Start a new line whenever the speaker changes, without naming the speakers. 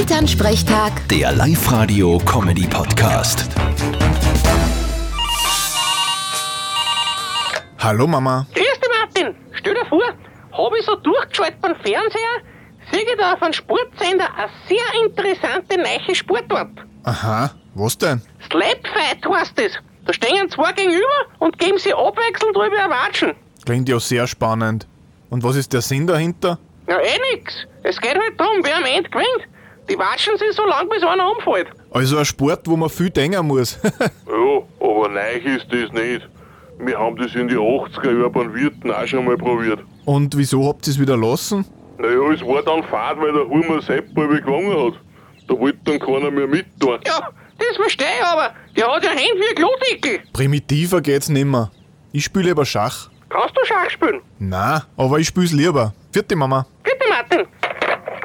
Elternsprechtag,
Der Live-Radio-Comedy-Podcast.
Hallo Mama.
Grüß dich, Martin. Stell dir vor, hab ich so durchgeschaltet beim Fernseher, sehe ich da auf einem Sportsender eine sehr interessante neue Sportart.
Aha, was denn?
Slapfight heißt es. Da stehen zwei gegenüber und geben sie abwechselnd drüber ein Watschen.
Klingt ja sehr spannend. Und was ist der Sinn dahinter?
Ja, eh nix. Es geht halt darum, wer am Ende gewinnt. Die watschen sich so lang, bis einer umfällt.
Also ein Sport, wo man viel denken muss.
Ja, aber neu ist das nicht. Wir haben das in die 80er Jahren beim Wirten auch schon mal probiert.
Und wieso habt ihr es wieder lassen?
Naja, es war dann fad, weil der Hummer Seppalbe gewonnen hat. Da wollte dann keiner mehr mit tun.
Ja, das verstehe ich aber. Der hat ja Hände wie ein Klodeckel.
Primitiver geht's nimmer. Ich spiele lieber Schach.
Kannst du Schach spielen?
Na, aber ich spiel's lieber. Vierte Mama.
Bitte, Martin.